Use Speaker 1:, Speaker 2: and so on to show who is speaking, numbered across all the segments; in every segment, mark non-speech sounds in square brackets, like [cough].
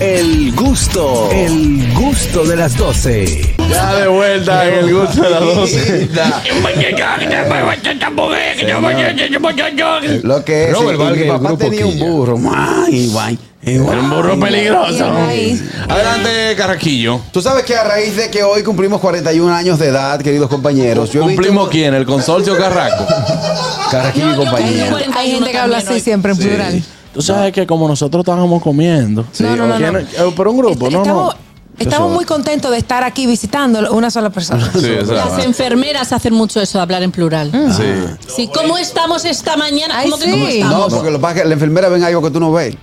Speaker 1: El gusto, el gusto de las 12.
Speaker 2: Ya de vuelta en el gusto de las 12.
Speaker 3: Lo que es.
Speaker 2: Robert
Speaker 3: y- y
Speaker 2: Vargas,
Speaker 3: mi
Speaker 2: el
Speaker 3: papá
Speaker 2: grupo
Speaker 3: tenía un
Speaker 2: Quilla.
Speaker 3: burro. Ay, guay. ay, guay.
Speaker 2: Un burro peligroso. Adelante, Carraquillo.
Speaker 3: Tú sabes que a raíz de que hoy cumplimos 41 años de edad, queridos compañeros. yo he visto-
Speaker 2: ¿Cumplimos quién? ¿El consorcio Carraco?
Speaker 3: Carraquillo y compañía.
Speaker 4: Hay gente que habla así siempre en plural.
Speaker 5: Tú sabes que como nosotros estábamos comiendo.
Speaker 4: No, no, no,
Speaker 5: ¿quién-
Speaker 4: no.
Speaker 5: eh, Pero un grupo, no, no.
Speaker 4: Estamos, estamos muy contentos de estar aquí visitando una sola persona.
Speaker 2: Sí,
Speaker 6: Las
Speaker 2: exacto.
Speaker 6: enfermeras hacen mucho eso, hablar en plural.
Speaker 2: Sí.
Speaker 6: Sí, ¿cómo estamos esta mañana?
Speaker 4: Ay,
Speaker 6: ¿Cómo que
Speaker 4: sí.
Speaker 6: cómo
Speaker 3: No,
Speaker 6: estamos?
Speaker 3: porque lo que pasa es que la enfermera ven algo que tú no ves.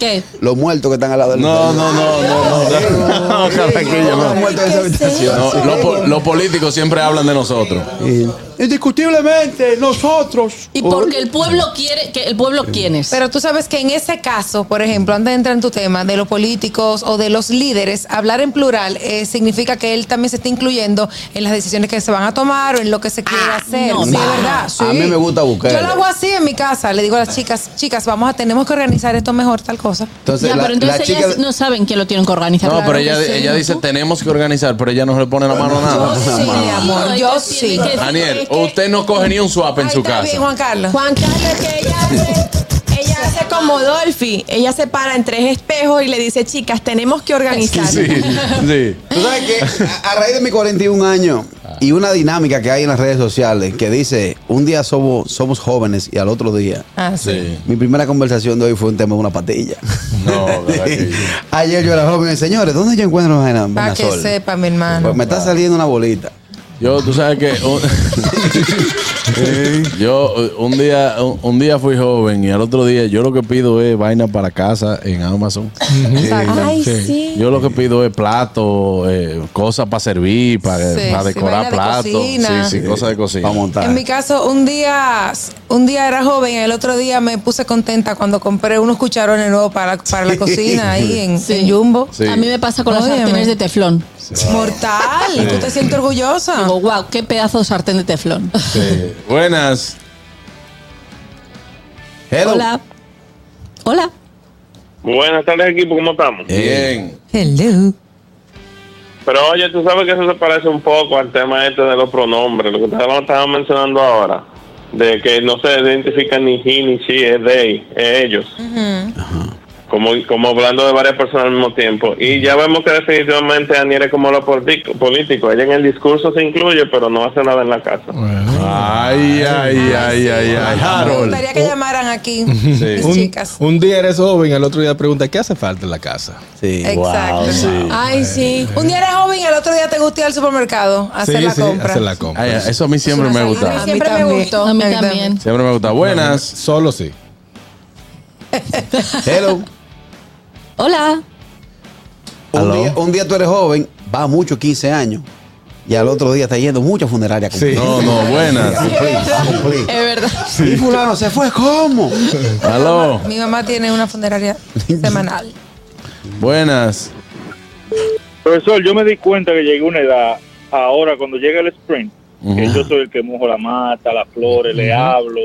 Speaker 6: ¿Qué?
Speaker 3: Los muertos que están al lado del
Speaker 2: No, no,
Speaker 3: [laughs]
Speaker 2: no, no, [laughs] no. No, Carraquillo,
Speaker 3: Los
Speaker 2: no.
Speaker 3: muertos en esa habitación.
Speaker 2: No, los po- los políticos siempre hablan de nosotros.
Speaker 3: Indiscutiblemente, nosotros.
Speaker 6: Y porque el pueblo quiere, que el pueblo quién es.
Speaker 4: Pero tú sabes que en ese caso, por ejemplo, antes de entrar en tu tema de los políticos o de los líderes, hablar en plural eh, significa que él también se está incluyendo en las decisiones que se van a tomar o en lo que se quiere hacer.
Speaker 6: Ah, no,
Speaker 4: sí,
Speaker 6: no.
Speaker 4: es verdad. sí.
Speaker 3: A mí me gusta Bukele.
Speaker 4: Yo lo hago así en mi casa. Le digo a las chicas, chicas, vamos a tenemos que organizar esto mejor, tal cosa.
Speaker 3: Entonces,
Speaker 6: ya,
Speaker 3: la,
Speaker 6: pero entonces
Speaker 3: la chica.
Speaker 6: ellas no saben quién lo tienen que organizar.
Speaker 2: No, pero
Speaker 6: Claro
Speaker 2: ella,
Speaker 6: que sí.
Speaker 2: ella dice tenemos que organizar, pero ella no le pone la mano
Speaker 4: Yo
Speaker 2: a nada.
Speaker 4: sí, mi amor, yo
Speaker 6: Ellas
Speaker 4: sí.
Speaker 6: tienen que decir,
Speaker 2: Daniel,
Speaker 6: es que-
Speaker 2: usted no coge ni un swap en
Speaker 4: Ahí
Speaker 2: su
Speaker 4: está bien,
Speaker 2: casa.
Speaker 4: Juan Carlos.
Speaker 7: Juan Carlos, que ella
Speaker 2: [laughs]
Speaker 7: hace, ella hace como Dolphy. Ella se para en tres espejos y le dice, chicas, tenemos que organizar.
Speaker 2: Sí, sí.
Speaker 3: Tú sabes que a- a raíz de mis 41 años y una dinámica que hay en las redes sociales que dice, un día somos, somos jóvenes y al otro día.
Speaker 4: Ah, sí.
Speaker 2: Sí.
Speaker 3: Mi primera conversación de hoy fue un tema de una patilla. [laughs]
Speaker 2: No, Carraquillo.
Speaker 3: Ayer yo era joven, señores, ¿dónde yo encuentro una enana?
Speaker 4: Para que sepa, mi hermano.
Speaker 3: Pues me está saliendo una bolita.
Speaker 2: Yo, tú sabes que un- yo eh, un día un, un día fui joven y al otro día yo lo que pido es vaina para casa en Amazon.
Speaker 7: Ay, sí.
Speaker 2: Yo lo que pido es plato, eh, cosas para servir, para,
Speaker 4: Sí,
Speaker 2: para
Speaker 4: sí,
Speaker 2: decorar
Speaker 4: vaina de
Speaker 2: platos,
Speaker 4: cocina.
Speaker 2: sí, sí, cosas de cocina.
Speaker 3: Para montar.
Speaker 4: En mi caso, un día, un día era joven, el otro día me puse contenta cuando compré unos cucharones nuevos para, para la cocina ahí en,
Speaker 6: Sí.
Speaker 4: en Jumbo.
Speaker 2: Sí.
Speaker 6: A mí me pasa con las
Speaker 4: Óyeme.
Speaker 6: sartenes de teflón.
Speaker 4: Mortal, tú te sientes orgullosa.
Speaker 6: Digo, wow, qué pedazo de sartén de teflón.
Speaker 2: Sí. eh, Buenas.
Speaker 3: Hello.
Speaker 6: Hola. Hola.
Speaker 8: Buenas tardes, equipo, ¿cómo estamos?
Speaker 3: Eh.
Speaker 2: Bien.
Speaker 4: Hello.
Speaker 8: Pero oye, tú sabes que eso se parece un poco al tema este de los pronombres, lo que estaban, estaban mencionando ahora, de que no se identifican ni he, ni she, es they, es ellos. Como, como hablando de varias personas al mismo tiempo. Y ya vemos que definitivamente Daniel es como lo politi- político. Ella en el discurso se incluye, pero no hace nada en la casa.
Speaker 2: Ay, ay, ay, ay, ay.
Speaker 4: Me
Speaker 2: Harold.
Speaker 4: gustaría que llamaran aquí, mis
Speaker 9: un,
Speaker 4: chicas.
Speaker 9: un día eres joven, al otro día pregunta ¿qué hace falta en la casa?
Speaker 3: Sí.
Speaker 4: Exacto.
Speaker 7: Ay, sí.
Speaker 4: Un día era joven, el otro día te gusta ir al supermercado a hacer
Speaker 9: sí,
Speaker 4: la
Speaker 9: sí,
Speaker 4: compra.
Speaker 9: hace la compra.
Speaker 2: Ay,
Speaker 9: sí.
Speaker 2: eso a mí siempre me gusta.
Speaker 4: A mí
Speaker 7: Siempre me
Speaker 4: también.
Speaker 7: gustó.
Speaker 6: A mí
Speaker 4: Magda.
Speaker 6: también.
Speaker 2: Siempre me gusta. Buenas.
Speaker 9: Solo sí.
Speaker 4: [laughs]
Speaker 3: Hello.
Speaker 6: Hola.
Speaker 3: Un día, un día tú eres joven, va mucho 15 años. Y al otro día está yendo mucho a funeraria. a cumplir.
Speaker 9: Sí.
Speaker 2: No, no,
Speaker 3: A
Speaker 2: buenas.
Speaker 3: cumplir, a cumplir.
Speaker 7: Es verdad.
Speaker 3: Y fulano se fue, ¿cómo?
Speaker 2: Aló.
Speaker 4: Mi mamá tiene una funeraria semanal.
Speaker 2: Buenas.
Speaker 8: Profesor, yo me di cuenta que llegué a una edad, ahora cuando llega el sprint, que yo soy el que mojo la mata, las flores, le hablo.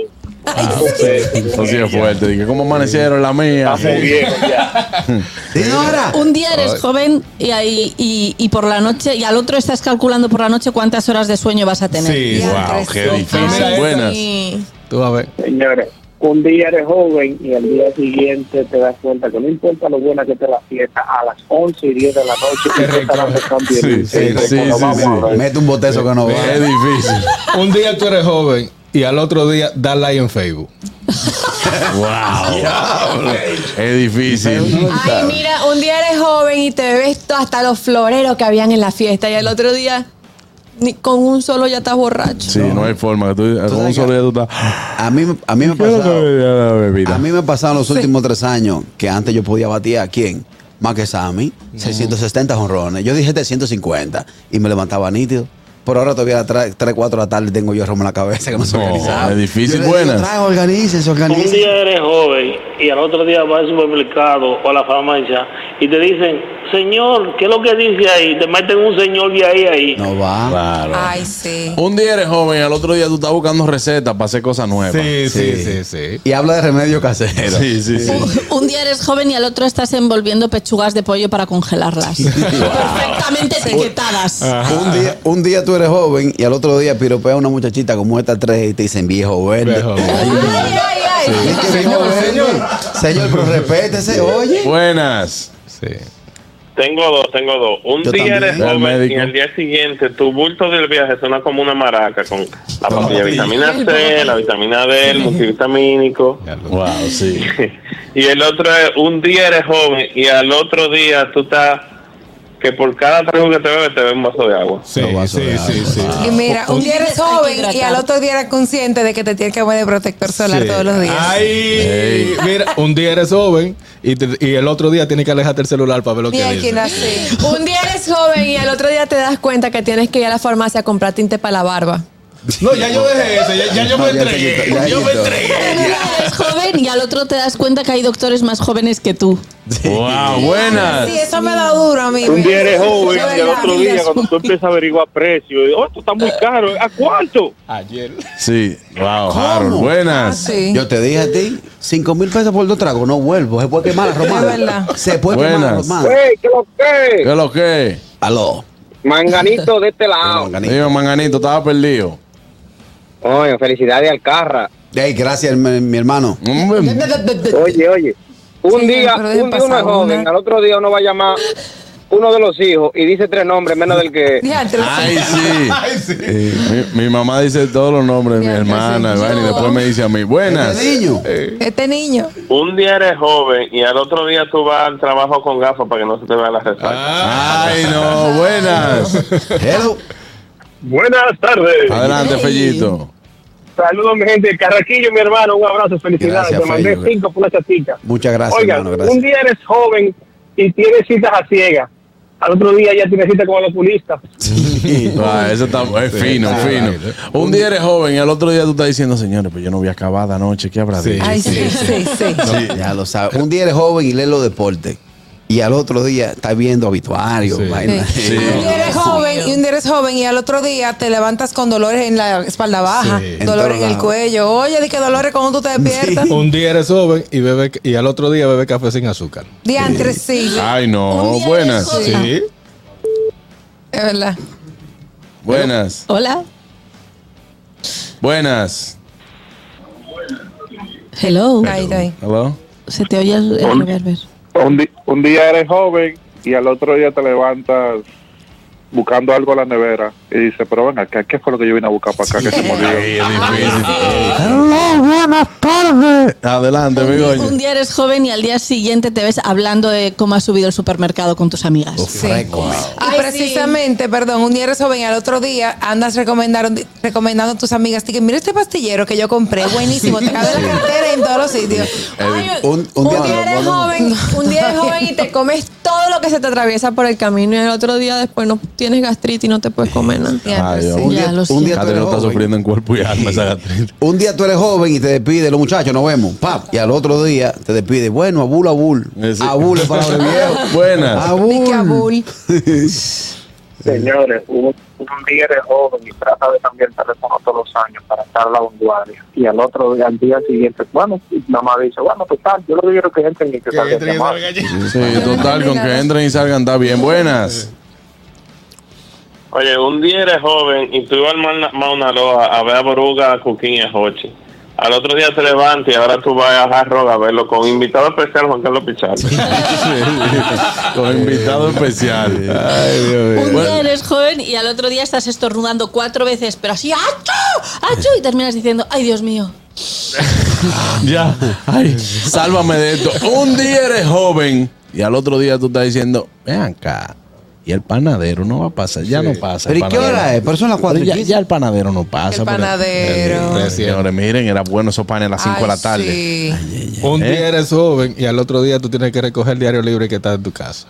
Speaker 2: Eso sí es fuerte. Dije, ¿cómo amanecieron la mía?
Speaker 8: viejo ya.
Speaker 3: Señora.
Speaker 6: Un día eres joven y, ahí- y, y por la noche, y al otro estás calculando por la noche cuántas horas de sueño vas a tener.
Speaker 9: Sí,
Speaker 4: Ya,
Speaker 9: wow.
Speaker 4: tres.
Speaker 2: Qué difícil.
Speaker 7: Ay,
Speaker 2: Buenas.
Speaker 7: sí.
Speaker 9: Tú a ver.
Speaker 8: Señores, un día eres joven y al día siguiente te das [laughs] cuenta que no importa lo buena que te la fiesta, a las 11 y 10 de la noche
Speaker 9: Qué
Speaker 8: tú te estarás
Speaker 9: rico.
Speaker 8: besando y
Speaker 2: Sí,
Speaker 8: el-
Speaker 2: sí,
Speaker 8: el-
Speaker 2: sí,
Speaker 8: cuando
Speaker 2: sí,
Speaker 8: vamos a
Speaker 2: sí.
Speaker 8: ver.
Speaker 3: Mete un botezo que no va.
Speaker 2: Es difícil.
Speaker 9: Un día tú eres joven y al otro día da like en Facebook.
Speaker 2: wow. es difícil.
Speaker 7: Ay, mira, un día eres joven y te ves to- hasta los floreros que habían en la fiesta y al otro día ni con un solo ya estás borracho.
Speaker 2: Sí, no hay forma. Tú, con un solo día tú estás.
Speaker 3: A mí, me- a mí me ha
Speaker 2: Quiero que me
Speaker 3: pasado.
Speaker 2: dé la bebida.
Speaker 3: A mí me ha pasado en los últimos tres años que antes yo podía batir a quién. Más que Sammy, 670 honrones. Yo dije 350 y me levantaba nítido. Por ahora todavía a las 3, 4 de la tarde tengo yo romo en la cabeza que no se
Speaker 2: No,
Speaker 3: organizaba.
Speaker 2: es difícil.
Speaker 3: Yo le digo,
Speaker 2: Buenas.
Speaker 3: "Trae, organícese,
Speaker 8: Un
Speaker 3: organícese".
Speaker 8: día eres joven y al otro día vas al supermercado o a la farmacia
Speaker 10: y te dicen, señor, ¿qué es lo que dice ahí? Te meten un señor de ahí a ahí.
Speaker 3: No va.
Speaker 2: Claro.
Speaker 4: Ay, sí.
Speaker 2: Un día eres joven, al otro día tú estás buscando recetas para hacer cosas nuevas.
Speaker 9: Sí, sí,
Speaker 3: Sí.
Speaker 9: sí, sí.
Speaker 3: Y habla de remedio casero.
Speaker 2: Sí, sí, sí.
Speaker 6: Un día eres joven y al otro estás envolviendo pechugas de pollo para congelarlas. [laughs] Perfectamente etiquetadas.
Speaker 3: Un día, un día tú eres joven y al otro día piropea a una muchachita como esta tres y te dicen viejo verde.
Speaker 9: Viejo verde.
Speaker 4: Ay, ay, ay.
Speaker 3: Y es que viejo
Speaker 9: Señor,
Speaker 3: verde.
Speaker 9: señor.
Speaker 3: Señor, pero respétese, oye.
Speaker 2: Buenas.
Speaker 9: Sí.
Speaker 8: Tengo dos, tengo dos. Un
Speaker 3: Yo
Speaker 8: día
Speaker 3: también.
Speaker 8: eres
Speaker 2: Al
Speaker 8: joven y
Speaker 2: médico.
Speaker 8: al día siguiente tu bulto del viaje suena como una maraca con la
Speaker 3: Con
Speaker 8: pastilla de
Speaker 3: pastilla.
Speaker 8: vitamina C, la vitamina D, el multivitamínico.
Speaker 9: Ya lo-
Speaker 2: Wow, sí.
Speaker 8: Y el otro es, un día eres joven y al otro día tú estás, que por cada trago que te bebes te bebes un vaso de agua.
Speaker 9: Sí,
Speaker 3: Lo vas a
Speaker 9: sí,
Speaker 3: ver,
Speaker 9: sí, sí.
Speaker 4: Y mira, un día eres
Speaker 6: Hay que
Speaker 4: joven y
Speaker 6: hidratar.
Speaker 4: al otro día eres consciente de que te tienes que poner protector solar
Speaker 9: Sí.
Speaker 4: todos los días.
Speaker 9: Ay, mira, un día eres joven y, te- y el otro día tienes que alejarte el celular para ver lo
Speaker 4: Ni
Speaker 9: que
Speaker 4: hay quien
Speaker 9: dice.
Speaker 4: hace.
Speaker 7: Un día eres joven y al otro día te das cuenta que tienes que ir a la farmacia a comprar tinte para la barba.
Speaker 9: No, ya yo dejé eso, ya, ya yo me
Speaker 3: No, ya
Speaker 2: [laughs]
Speaker 3: se
Speaker 9: entregué.
Speaker 3: quitó, ya
Speaker 9: Yo
Speaker 3: se
Speaker 9: me
Speaker 3: quitó.
Speaker 9: entregué.
Speaker 6: Un día eres joven y al otro te das cuenta que hay doctores más jóvenes que tú.
Speaker 2: Wow, Ah, buenas.
Speaker 4: Sí, eso me da duro a mí.
Speaker 10: Un día eres joven
Speaker 4: Eso es
Speaker 10: y al
Speaker 4: verdad.
Speaker 10: otro día cuando tú empiezas a averiguar precios, oh, esto está muy caro, ¿a cuánto?
Speaker 9: Ayer.
Speaker 2: Sí. Wow, Harold. Buenas.
Speaker 4: Ah, Sí.
Speaker 3: Yo te dije a ti, cinco mil pesos por dos tragos, no vuelvo. Se puede quemar la
Speaker 4: Es verdad.
Speaker 3: romana. Se puede quemar la
Speaker 2: Buenas.
Speaker 3: romana.
Speaker 10: Ey, ¿qué lo
Speaker 2: ¿Qué
Speaker 10: que?
Speaker 2: es lo que?
Speaker 3: Aló.
Speaker 10: Manganito de este lado.
Speaker 3: Manganito.
Speaker 2: Dime, manganito, estaba perdido.
Speaker 10: Oye, felicidades al Carra.
Speaker 3: Ey, gracias, mi, mi hermano.
Speaker 2: Hombre,
Speaker 10: Oye, oye. Un
Speaker 4: Señor,
Speaker 10: día,
Speaker 4: pero dejen
Speaker 10: un día uno
Speaker 4: pasar
Speaker 10: es joven,
Speaker 4: una.
Speaker 10: al otro día uno va a llamar uno de los hijos y dice tres nombres menos del que.
Speaker 4: Diantre,
Speaker 2: Ay, sí. Eh, mi, mi mamá dice todos los nombres de mi
Speaker 4: Mira,
Speaker 2: hermana,
Speaker 4: sí.
Speaker 2: vaina, y
Speaker 4: No.
Speaker 2: después me dice a mí, buenas. Eh.
Speaker 3: Este niño.
Speaker 4: Este niño.
Speaker 8: Un día eres joven y al otro día tú vas al trabajo con gafas para que no se te vea la resaca.
Speaker 9: Ah.
Speaker 2: Ay, no, buenas.
Speaker 3: Hello.
Speaker 10: Buenas tardes.
Speaker 2: Adelante, Fellito.
Speaker 10: Saludos, mi gente. Carraquillo, mi hermano, un abrazo, felicidades.
Speaker 3: Gracias,
Speaker 10: Te mandé
Speaker 3: Fello.
Speaker 10: cinco por una chatica.
Speaker 3: Muchas gracias,
Speaker 10: Oiga,
Speaker 3: hermano, gracias.
Speaker 10: un día eres joven y tienes citas a ciegas. Al otro día ya tienes cita con el oculista.
Speaker 2: Ah, eso está es fino,
Speaker 9: está
Speaker 2: fino.
Speaker 9: bien.
Speaker 2: Un día eres joven y al otro día tú estás diciendo, señores, pues yo no voy a acabar la noche, ¿qué habrá
Speaker 9: Sí.
Speaker 2: dicho?
Speaker 4: Ay, sí, sí, sí.
Speaker 3: Ya lo sabes. Un día eres joven y lees los deportes. Y al otro día estás viendo obituarios.
Speaker 9: Sí.
Speaker 3: vaina.
Speaker 4: Sí. Un día eres joven y un día eres joven y al otro día te levantas con dolores en la espalda baja,
Speaker 9: Sí.
Speaker 3: En
Speaker 4: dolor en
Speaker 3: todos
Speaker 4: el
Speaker 3: lados.
Speaker 4: cuello. Oye, di que dolores cuando tú te despiertas.
Speaker 9: Un día eres joven y bebe y al otro día bebe café sin azúcar.
Speaker 4: Diantre, sí.
Speaker 2: Ay,
Speaker 6: Un
Speaker 2: no,
Speaker 6: día
Speaker 2: buenas.
Speaker 6: eres
Speaker 4: Ah.
Speaker 6: joven.
Speaker 9: Sí.
Speaker 4: Es verdad.
Speaker 2: Buenas,
Speaker 6: Hola.
Speaker 2: buenas.
Speaker 6: Hello.
Speaker 4: Ahí está ahí.
Speaker 2: Hello.
Speaker 6: Se te oye el, el
Speaker 8: Hola.
Speaker 6: reverber.
Speaker 8: Un, día eres joven y al otro día te levantas buscando algo en la nevera y dices, pero ven acá, ¿qué fue lo que yo vine a buscar para acá? Que se me
Speaker 2: Ay, es difícil. Hello, buenas tardes. Adelante,
Speaker 6: Un
Speaker 2: amigo.
Speaker 6: día- Un día eres joven y al día siguiente te ves hablando de cómo has subido el supermercado con tus amigas.
Speaker 4: Sí.
Speaker 3: Fresco, man.
Speaker 4: Y
Speaker 7: Ay,
Speaker 4: precisamente, perdón, un día eres joven y al otro día andas recomendaron- recomendando a tus amigas di que mira este pastillero que yo compré, buenísimo, te cabe la cartera en todos los sitios.
Speaker 7: Ay,
Speaker 3: un- un día no,
Speaker 7: eres
Speaker 3: no, no.
Speaker 7: joven, un día eres joven y te comes todo lo que se te atraviesa por el camino y el otro día después no tienes gastritis y no te puedes comer nada.
Speaker 4: Diantre,
Speaker 2: Ay,
Speaker 4: sí.
Speaker 2: Dios.
Speaker 3: Un
Speaker 6: Ya
Speaker 3: día,
Speaker 6: lo
Speaker 3: un día tú
Speaker 2: Catherine
Speaker 3: eres
Speaker 2: no está
Speaker 3: joven.
Speaker 2: sufriendo en cuerpo y alma esa [laughs] gatriz.
Speaker 3: Un día tú eres joven y te despide, los muchachos, nos vemos. Pap. Y al otro día te despide, bueno, abul, abul.
Speaker 2: Sí. [laughs]
Speaker 3: Abul es palabra de viejo.
Speaker 2: Buenas.
Speaker 4: Di que
Speaker 3: Abul.
Speaker 4: abul.
Speaker 10: Señores, un, un día eres joven y trata de cambiar el teléfono todos los años para estar a la vanguardia. Y al otro día, al día siguiente, bueno, y nada más dice, bueno, pues tal, yo lo que quiero es que gente ni que salga
Speaker 9: entre que
Speaker 10: llamada.
Speaker 9: salga allí.
Speaker 2: Sí, total, con que entren y salgan está bien. Buenas.
Speaker 8: Oye, un día eres joven y tú ibas al Mauna- Mauna Loa a ver a Boruga, a Cuquín y a Hochi. Al otro día te levantas y ahora tú vas a Hard Rock a verlo con invitado especial Juan Carlos Pichardo.
Speaker 2: Con invitado especial. Ay, Dios
Speaker 6: Un
Speaker 2: mío.
Speaker 6: día eres joven y al otro día estás estornudando cuatro veces, pero así, ¡acho! ¡acho! Y terminas diciendo, ¡ay, Dios mío!
Speaker 2: Ya, ay, sálvame de esto. Un día eres joven y al otro día tú estás diciendo, ven acá. Y el panadero no va a pasar, ya no pasa. el
Speaker 3: Pero ¿y qué
Speaker 2: panadero".
Speaker 3: hora es? Pero son las cuatro
Speaker 2: Pero
Speaker 3: y
Speaker 2: ya,
Speaker 3: quince.
Speaker 2: ya el panadero no pasa.
Speaker 4: El
Speaker 2: pero-
Speaker 4: panadero.
Speaker 2: Eh, Señores, miren, era bueno esos panes a las 5 de la
Speaker 4: Ay,
Speaker 2: tarde.
Speaker 4: sí.
Speaker 9: Un
Speaker 2: ¿Eh?
Speaker 9: día eres joven y al otro día tú tienes que recoger el diario libre que está en tu casa.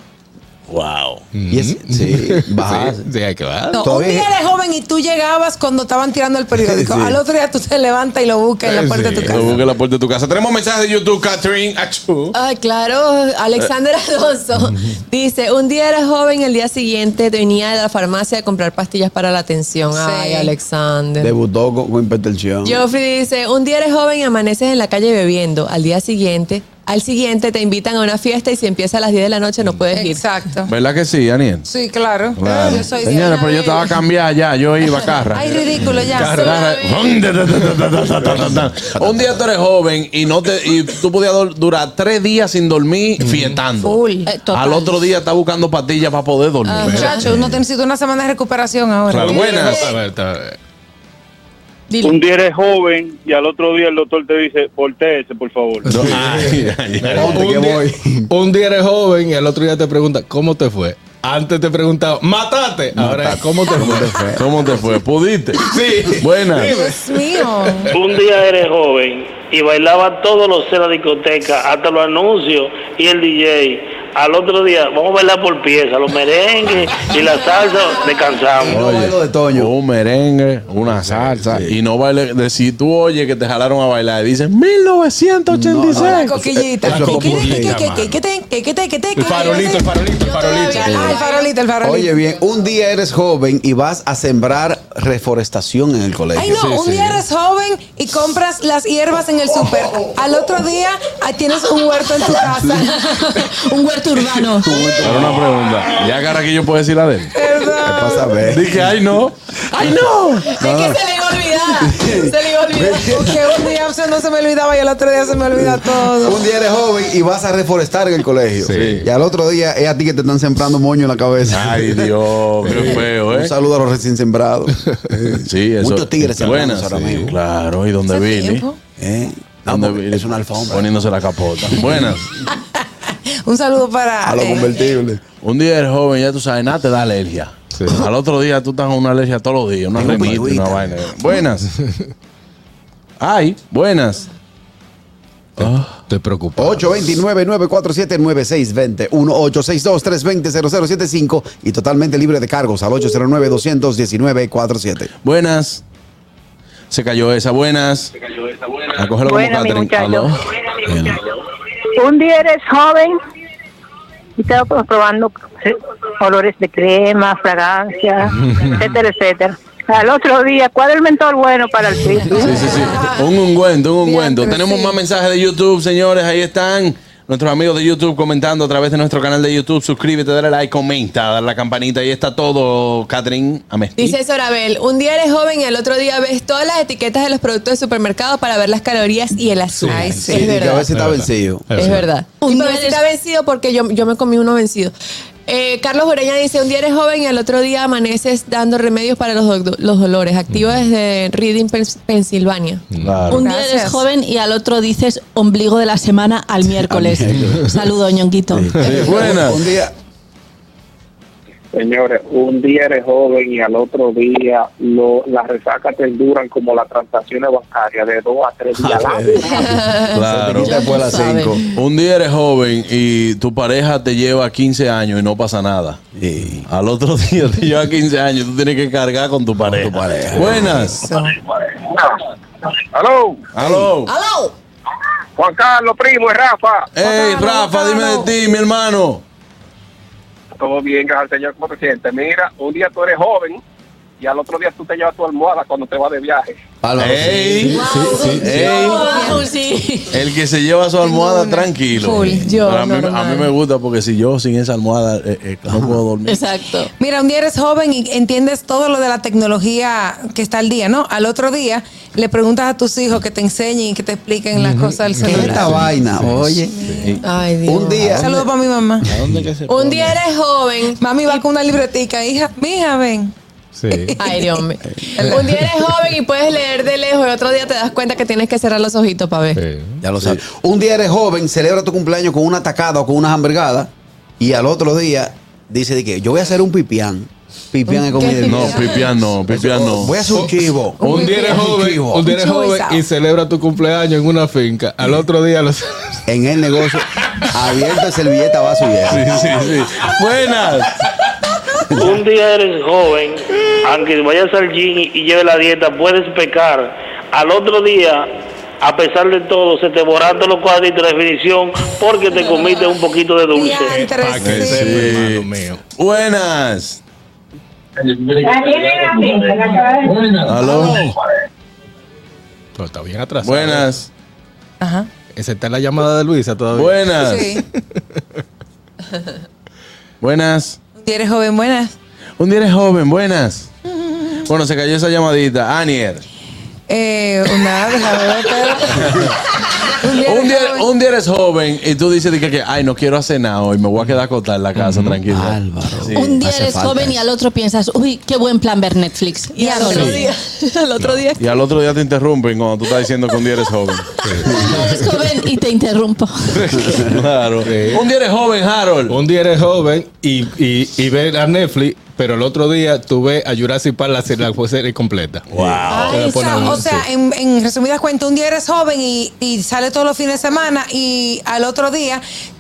Speaker 2: Wow.
Speaker 3: Y es- sí,
Speaker 2: Ah,
Speaker 3: bajas.
Speaker 9: Sí, sí, hay que bajar.
Speaker 4: No, un
Speaker 3: Todavía-
Speaker 4: día eres joven y tú llegabas cuando estaban tirando el periódico.
Speaker 3: Sí.
Speaker 4: Al otro día tú te levantas y lo buscas en la puerta de tu casa.
Speaker 2: Lo busca en la puerta de tu casa. Tenemos mensajes de YouTube, Catherine. Achú.
Speaker 7: Ay, claro, Alexander Alonso dice, un día era joven, el día siguiente venía de la farmacia a comprar pastillas para la atención.
Speaker 4: Sí.
Speaker 7: Ay, Alexander.
Speaker 3: Debutó con, con hipertensión.
Speaker 7: Geoffrey dice, un día eres joven y amaneces en la calle bebiendo. Al día siguiente, al siguiente te invitan a una fiesta y si empieza a las 10 de la noche no puedes ir.
Speaker 4: Exacto.
Speaker 2: ¿Verdad que sí, Daniel?
Speaker 4: Sí, claro.
Speaker 2: Claro.
Speaker 4: Yo soy de
Speaker 2: Señores,
Speaker 4: una
Speaker 2: pero yo
Speaker 4: vez.
Speaker 2: estaba cambiada ya.
Speaker 4: [laughs]
Speaker 2: Yo iba a carra.
Speaker 4: Ay, ridículo, ya.
Speaker 2: Carra. Un día tú eres joven y no te y tú podías dor- durar tres días sin dormir fiestando.
Speaker 4: Full. Ah,
Speaker 6: Eh, total.
Speaker 2: Al otro día estás buscando pastillas para poder dormir.
Speaker 4: Muchachos, uno necesita una semana de recuperación ahora.
Speaker 2: Claro, buenas.
Speaker 9: A ver, a ver.
Speaker 6: Dile.
Speaker 8: Un día eres joven y al otro día el doctor te dice, volteese, por favor.
Speaker 2: Ay, ay, ay.
Speaker 3: Ponte que
Speaker 9: un, día,
Speaker 3: voy.
Speaker 9: un día eres joven y al otro día te pregunta, ¿cómo te fue? Antes te preguntaba, ¡matate! Ahora, es, ¿cómo te fue?
Speaker 2: ¿Cómo te fue? ¿Pudiste?
Speaker 9: sí.
Speaker 2: Buenas.
Speaker 4: Dios mío.
Speaker 10: Un día eres joven y bailaba todos los de la discoteca, hasta los anuncios y el DJ. Al otro día, vamos a bailar por pieza, los merengues y la salsa, descansamos.
Speaker 3: No bailo de Toño.
Speaker 2: Un merengue, una salsa. Y no baile. De, si tú oyes que te jalaron a bailar y dicen 1986.
Speaker 4: La coquillita.
Speaker 3: Eso es
Speaker 4: ¿Qué- qué-
Speaker 3: coquillita,
Speaker 4: qué- qué- qué- qué- qué- qué- qué- qué- qué-
Speaker 9: El farolito, el farolito, el farolito.
Speaker 4: Ah, el farolito, el farolito.
Speaker 3: Oye bien, un día eres joven y vas a sembrar reforestación en el colegio.
Speaker 4: Ay, no, un día eres joven y compras las hierbas en el súper. Al otro día ah, tienes un huerto en tu casa.
Speaker 6: [laughs] un huerto
Speaker 7: [laughs]
Speaker 6: urbano.
Speaker 2: Ahora una pregunta. ¿Ya cara que yo puedo decir la de él?
Speaker 4: Perdón.
Speaker 3: Vas a ver.
Speaker 2: Dije, ay no. ¡Ay no!
Speaker 7: Es que se le iba a olvidar. Se le iba a olvidar.
Speaker 4: Porque un día o sea, no se me olvidaba y al otro día se me olvida todo.
Speaker 3: Un día eres joven y vas a reforestar en el colegio.
Speaker 2: Sí.
Speaker 3: Y al otro día es a ti que te están sembrando moño en la cabeza. [laughs]
Speaker 2: Ay Dios, qué feo,
Speaker 3: Un
Speaker 2: ¿eh?
Speaker 3: saludo a los recién sembrados.
Speaker 2: [laughs] Sí, eso.
Speaker 3: Muchos tigres
Speaker 2: Buenas,
Speaker 3: hermanos ahora
Speaker 2: sí,
Speaker 3: mismo.
Speaker 2: Claro, eh, ¿y dónde
Speaker 4: ¿Hace
Speaker 2: Billy?
Speaker 4: tiempo?
Speaker 3: ¿Eh? No,
Speaker 2: ¿Dónde
Speaker 3: porque
Speaker 2: Billy?
Speaker 3: es una alfombra.
Speaker 2: Poniéndose la
Speaker 3: [laughs]
Speaker 2: capota. Buenas.
Speaker 4: Un saludo para.
Speaker 3: A los
Speaker 4: eh,
Speaker 3: convertibles.
Speaker 2: Un día eres joven, ya tú sabes, nada te da alergia. Al otro día tú estás con una alergia todos los días, una
Speaker 3: Tengo
Speaker 2: rinitis,
Speaker 3: pituita.
Speaker 2: una vaina. Buenas. Ay, buenas.
Speaker 9: Te preocupa.
Speaker 3: 829-947-9620, 1862-320-0075 y totalmente libre de cargos al 809-219-47.
Speaker 2: Buenas. Se cayó esa, buenas. A cogerlo
Speaker 11: Buenas, mi
Speaker 2: como Catherine.
Speaker 11: muchacho.
Speaker 2: Aló.
Speaker 11: Un día eres joven y estás probando eh, olores de crema,
Speaker 2: [laughs]
Speaker 11: fragancia, etcétera, etcétera. Al otro día, ¿cuál es el mentor bueno para el piso?
Speaker 2: Sí, sí, sí. Un ungüento, un ungüento.
Speaker 4: Diantre,
Speaker 2: Tenemos
Speaker 4: sí.
Speaker 2: más mensajes de YouTube, señores. Ahí están nuestros amigos de YouTube comentando a través de nuestro canal de YouTube. Suscríbete, dale like, comenta, dale la campanita. Ahí está todo, Catherine Amesti.
Speaker 7: Dice Sorabel, un día eres joven y al otro día ves todas las etiquetas de los productos de supermercado para ver las calorías y el azúcar.
Speaker 4: Ay, sí.
Speaker 7: Es
Speaker 3: Y que a
Speaker 7: verdad.
Speaker 3: veces está vencido.
Speaker 7: Es verdad.
Speaker 6: Un
Speaker 7: Un
Speaker 6: día
Speaker 7: día
Speaker 6: eres-
Speaker 7: está vencido porque yo, yo me comí uno vencido. Eh, Carlos Ureña dice, un día eres joven y al otro día amaneces dando remedios para los, do- los dolores. Activo desde Reading, Pens- Pensilvania.
Speaker 6: Un
Speaker 2: Claro.
Speaker 6: día eres
Speaker 4: Gracias.
Speaker 6: joven y al otro dices ombligo de la semana al miércoles. Saludo, ñonguito.
Speaker 2: Sí,
Speaker 3: [laughs]
Speaker 2: buenas.
Speaker 3: Un día,
Speaker 10: Señores, un día eres joven y al otro día lo, las resacas te duran como las transacciones bancarias, de dos a
Speaker 2: [laughs]
Speaker 10: tres días.
Speaker 2: Claro.
Speaker 3: quita después a las
Speaker 6: sabe.
Speaker 3: 5.
Speaker 2: Un día eres joven y tu pareja te lleva 15 años y no pasa nada. Al otro [laughs] día te lleva 15 años, tú tienes que cargar con tu pareja.
Speaker 3: pareja.
Speaker 2: Buenas.
Speaker 10: ¡Aló!
Speaker 2: Aló.
Speaker 3: Ah,
Speaker 7: ¡Aló!
Speaker 10: Juan Carlos, primo, es Rafa.
Speaker 2: Hey, Rafa, dime de ti, mi hermano.
Speaker 10: Todo bien, gracias al señor, ¿cómo te sientes? Mira, un día tú eres joven y al otro día tú te llevas tu almohada cuando te vas de viaje.
Speaker 3: Álvaro,
Speaker 2: Ey.
Speaker 3: sí, sí, sí, sí.
Speaker 2: Ey.
Speaker 6: Wow, oh, sí.
Speaker 2: El que se lleva su almohada
Speaker 4: una.
Speaker 2: tranquilo.
Speaker 4: Full,
Speaker 7: yo,
Speaker 2: Pero a, mí, a mí
Speaker 7: normal.
Speaker 2: me gusta porque si yo sin esa almohada eh, eh, no puedo dormir.
Speaker 6: Exacto.
Speaker 4: Mira, un día eres joven y entiendes todo lo de la tecnología que está al día, ¿no? Al otro día le preguntas a tus hijos que te enseñen y que te expliquen las cosas del
Speaker 3: Esta
Speaker 4: celular.
Speaker 3: vaina, oye.
Speaker 7: Ay, Dios.
Speaker 3: Un día.
Speaker 4: Saludos para mi mamá.
Speaker 7: Un día eres joven.
Speaker 4: Mami va con una libretica. Hija, mija, ven.
Speaker 9: [laughs] Sí.
Speaker 7: Ay, Dios mío. Un día eres joven y puedes leer de lejos y otro día te das cuenta que tienes que cerrar los ojitos para ver.
Speaker 9: Sí.
Speaker 3: Ya lo sabes. Un día eres joven, celebra tu cumpleaños con una tacada o con unas hamburgadas y al otro día dice de que yo voy a hacer un pipián. Pipián es comida.
Speaker 2: No, pipián no, pipián no.
Speaker 3: Voy a hacer un chivo.
Speaker 9: Un día eres joven,
Speaker 3: chivo.
Speaker 9: un día eres
Speaker 4: Chivo
Speaker 9: joven
Speaker 4: guisado.
Speaker 9: y celebra tu cumpleaños en una finca. Al otro día los
Speaker 4: [laughs]
Speaker 3: En el negocio. Abierta servilleta va subiendo. Sí, sí, sí.
Speaker 2: Buenas.
Speaker 10: Un día eres joven, aunque vayas al gym y- y lleves la dieta, puedes pecar. Al otro día, a pesar de todo, se te borraron los cuadritos de definición porque te comiste un poquito de dulce.
Speaker 2: Pa' que sepa, hermano mío. Buenas. Aló.
Speaker 9: Pero está bien atrasado. eh.
Speaker 2: Buenas.
Speaker 4: Ajá.
Speaker 9: Esa está la llamada de Luisa todavía.
Speaker 2: Buenas. Buenas.
Speaker 4: Un día eres joven, buenas.
Speaker 2: Un día eres joven, buenas. Bueno, se cayó esa llamadita. Anier.
Speaker 4: Eh, nada, déjame ver,
Speaker 2: [laughs]
Speaker 4: pero- Un día eres
Speaker 2: Un día,
Speaker 4: joven.
Speaker 2: un día eres joven y tú dices de que, que, ay, no quiero hacer nada hoy, me voy a quedar acotada en la
Speaker 3: Mm,
Speaker 2: casa, tranquilo. Álvaro.
Speaker 6: Un día eres joven y al otro piensas, uy, qué buen plan ver Netflix. Y, al
Speaker 4: [laughs]
Speaker 6: otro día, al otro día
Speaker 2: Y al otro día te interrumpen cuando tú estás diciendo que un día eres joven.
Speaker 6: eres joven y te interrumpo.
Speaker 2: [laughs] claro. Un día eres joven, Harold.
Speaker 9: Un día eres joven y, y, y ves a Netflix, pero el otro día tú ves a Jurassic Park la serie, la serie completa.
Speaker 2: Wow.
Speaker 4: Ay, o sea, o sea, en, en resumidas cuentas, un día eres joven y, y sale todos los fines de semana y al otro día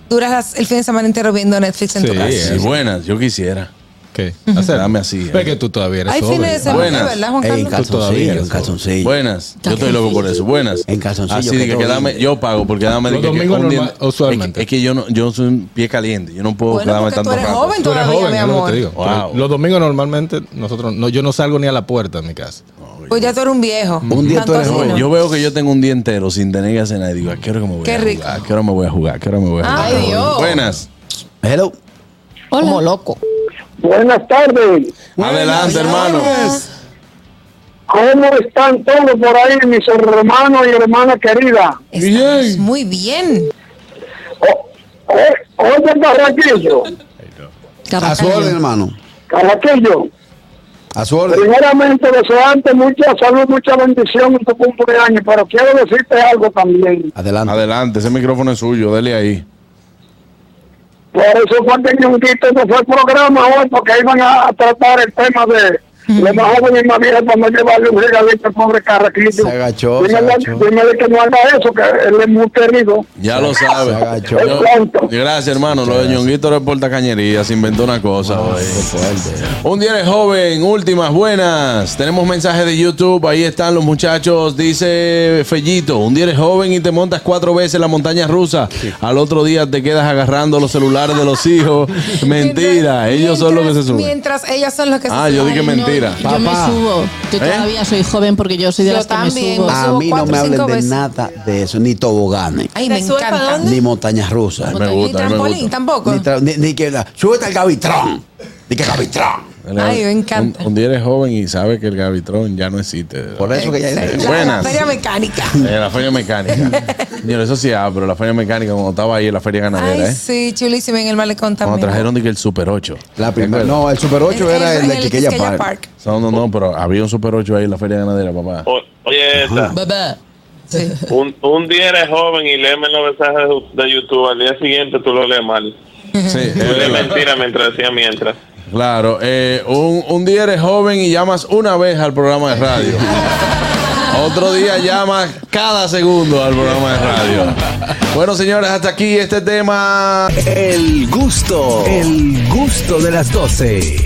Speaker 4: duras las- el fin de semana entero viendo Netflix en tu
Speaker 2: Sí,
Speaker 4: casa.
Speaker 2: sí, buenas, yo quisiera.
Speaker 9: ¿Qué?
Speaker 2: Dame así. eh.
Speaker 9: Ve que tú todavía eres
Speaker 4: Hay
Speaker 9: joven.
Speaker 4: fines de semana, ¿verdad, Juan Ey, Carlos? en
Speaker 9: Tú todavía eres joven.
Speaker 2: Buenas. Yo estoy loco por eso. Buenas. En
Speaker 3: calzoncillo,
Speaker 2: Así de
Speaker 3: que
Speaker 2: que,
Speaker 3: todo
Speaker 2: quedarme-
Speaker 3: bien.
Speaker 2: yo pago porque dame
Speaker 9: Los
Speaker 2: de que- que
Speaker 9: domingos
Speaker 2: un día-
Speaker 9: normal,
Speaker 2: es que-
Speaker 9: usualmente.
Speaker 2: Es que yo no, yo soy un pie caliente. Yo no puedo
Speaker 4: Bueno,
Speaker 2: quedarme
Speaker 4: porque tú
Speaker 2: tanto
Speaker 4: eres
Speaker 2: rato.
Speaker 4: joven.
Speaker 9: Tú eres
Speaker 4: Todavía,
Speaker 9: joven,
Speaker 4: mi
Speaker 9: es lo que
Speaker 4: amor.
Speaker 9: te digo.
Speaker 2: Wow.
Speaker 9: Los domingos normalmente nosotros no, yo no salgo ni a la puerta de mi casa.
Speaker 4: Pues ya tú eres un viejo.
Speaker 2: Un día
Speaker 4: Tanto
Speaker 2: tú eres
Speaker 4: así,
Speaker 2: joven.
Speaker 4: ¿no?
Speaker 2: Yo veo que yo tengo un día entero sin tener que hacer nada. Y digo, ¿a qué hora que me voy
Speaker 4: Qué
Speaker 2: a
Speaker 4: rico.
Speaker 2: jugar? ¿A qué hora me voy a jugar? ¿A qué hora me voy a jugar?
Speaker 4: Ay, Dios.
Speaker 2: Buenas.
Speaker 3: Hello.
Speaker 6: Como loco.
Speaker 12: Buenas tardes.
Speaker 2: Adelante, hermano.
Speaker 12: ¿Cómo están todos por ahí, mis hermanos y hermanas queridas?
Speaker 4: Estamos Muy bien.
Speaker 12: O- Oye, Carraquillo,
Speaker 3: A su orden, hermano.
Speaker 12: Carraquillo,
Speaker 3: A su orden.
Speaker 12: primeramente deseante mucha salud, mucha bendición en tu cumpleaños, pero quiero decirte algo también.
Speaker 2: Adelante. Adelante, ese micrófono es suyo. Dele ahí.
Speaker 12: Por eso fue que Ñonguito no fue el programa hoy, porque iban a tratar el tema de lo más joven y más viejo cuando llevarle un regalito al pobre Carraquillo. Se
Speaker 3: agachó, se
Speaker 12: Dime
Speaker 3: agachó.
Speaker 12: que no haga eso, que él es muy querido.
Speaker 2: Ya lo sabe.
Speaker 12: agachó.
Speaker 2: Yo- gracias, hermano. Lo de Ñonguito reporta cañería. Se inventó una cosa. hoy. Un día eres joven. Últimas buenas. Tenemos mensajes de YouTube. Ahí están los muchachos. Dice Fellito: Un día eres joven y te montas cuatro veces la montaña rusa. Al otro día te quedas agarrando los celulares de
Speaker 4: [laughs]
Speaker 2: los hijos. Mentira. Ellos son los que se suben.
Speaker 4: Mientras ellas son los que
Speaker 2: Ah,
Speaker 4: se
Speaker 2: yo
Speaker 4: suben.
Speaker 2: dije mentira.
Speaker 6: Yo me subo. Yo
Speaker 2: ¿Eh?
Speaker 6: todavía soy joven porque yo soy de
Speaker 4: Yo
Speaker 6: las que
Speaker 4: también,
Speaker 6: me subo.
Speaker 3: A mí no
Speaker 4: cuatro,
Speaker 3: me hablen
Speaker 4: cinco
Speaker 3: de
Speaker 4: veces.
Speaker 3: nada de eso, ni toboganes.
Speaker 4: Ay, me encanta.
Speaker 3: Ni montañas rusas.
Speaker 4: Me gusta, Ni me trampolín gusta. tampoco.
Speaker 3: Ni, tra- ni- ni que la- súbete al gavitrón. Ni que gavitrón.
Speaker 4: Ay, me encanta.
Speaker 2: Un, un día eres joven y sabe que el Gavitrón ya no existe. Por
Speaker 3: eso que ya-
Speaker 4: La- La
Speaker 2: Buenas.
Speaker 4: feria mecánica.
Speaker 2: Eh, la feria mecánica. Señor, eso sí, ah, pero la feria mecánica, cuando estaba ahí en la feria ganadera,
Speaker 4: Ay,
Speaker 2: ¿eh?
Speaker 4: sí, chulísima en el malecón
Speaker 2: Cuando
Speaker 4: también.
Speaker 2: trajeron de que el Super 8. La
Speaker 3: primera- no, el Super 8 era el de Quiqueya Park.
Speaker 2: No, no, no, pero había un Super 8 ahí en la feria
Speaker 8: [laughs]
Speaker 2: ganadera, papá.
Speaker 8: O- oye, esa. Un, un día eres joven y léeme los mensajes de- de YouTube. Al día siguiente tú lo lees mal.
Speaker 2: Sí, es
Speaker 8: Yo leí
Speaker 2: verdad.
Speaker 8: mentira mientras decía mientras.
Speaker 2: Claro, eh, un, un día eres joven y llamas una vez al programa de radio. Otro día llamas cada segundo al programa de radio. Bueno, señores, hasta aquí este tema.
Speaker 1: El gusto, el gusto de las 12.